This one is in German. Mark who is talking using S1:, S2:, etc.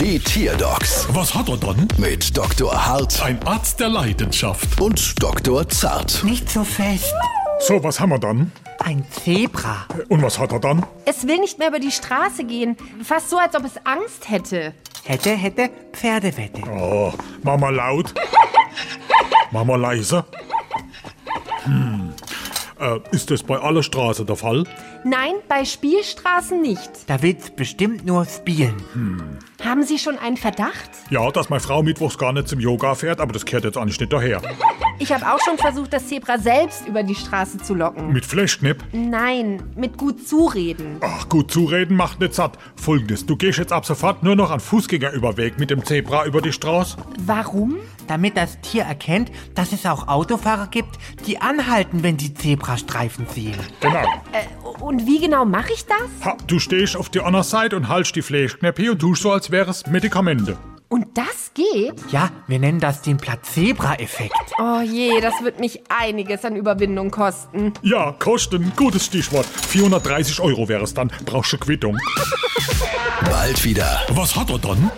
S1: Die Tierdocs
S2: Was hat er dann?
S1: mit Dr. Hart
S2: Ein Arzt der Leidenschaft.
S1: und Dr. Zart.
S3: Nicht so fest.
S2: So, was haben wir dann?
S3: Ein Zebra.
S2: Und was hat er dann?
S4: Es will nicht mehr über die Straße gehen. Fast so, als ob es Angst hätte.
S3: Hätte, hätte, Pferdewette.
S2: Oh, mach mal laut. Mach mal leise. Hm. Äh, ist das bei aller Straße der Fall?
S4: Nein, bei Spielstraßen nicht.
S3: Da will's bestimmt nur spielen.
S4: Haben Sie schon einen Verdacht?
S2: Ja, dass meine Frau mittwochs gar nicht zum Yoga fährt, aber das kehrt jetzt eigentlich nicht daher.
S4: Ich habe auch schon versucht, das Zebra selbst über die Straße zu locken.
S2: Mit Flashknipp.
S4: Nein, mit gut zureden.
S2: Ach, gut zureden macht nicht satt. Folgendes, du gehst jetzt ab sofort nur noch an Fußgängerüberweg mit dem Zebra über die Straße.
S4: Warum?
S3: Damit das Tier erkennt, dass es auch Autofahrer gibt, die anhalten, wenn sie Zebrastreifen sehen.
S2: Genau.
S4: Äh, Und wie genau mache ich das?
S2: Ha, du stehst auf der anderen Seite und haltst die Fleischknäppi und tust so, als wäre es Medikamente.
S4: Und das geht?
S3: Ja, wir nennen das den Placebra-Effekt.
S4: Oh je, das wird mich einiges an Überwindung kosten.
S2: Ja, Kosten, gutes Stichwort. 430 Euro wäre es dann. Brauchst du Quittung.
S1: Bald wieder.
S2: Was hat er dann?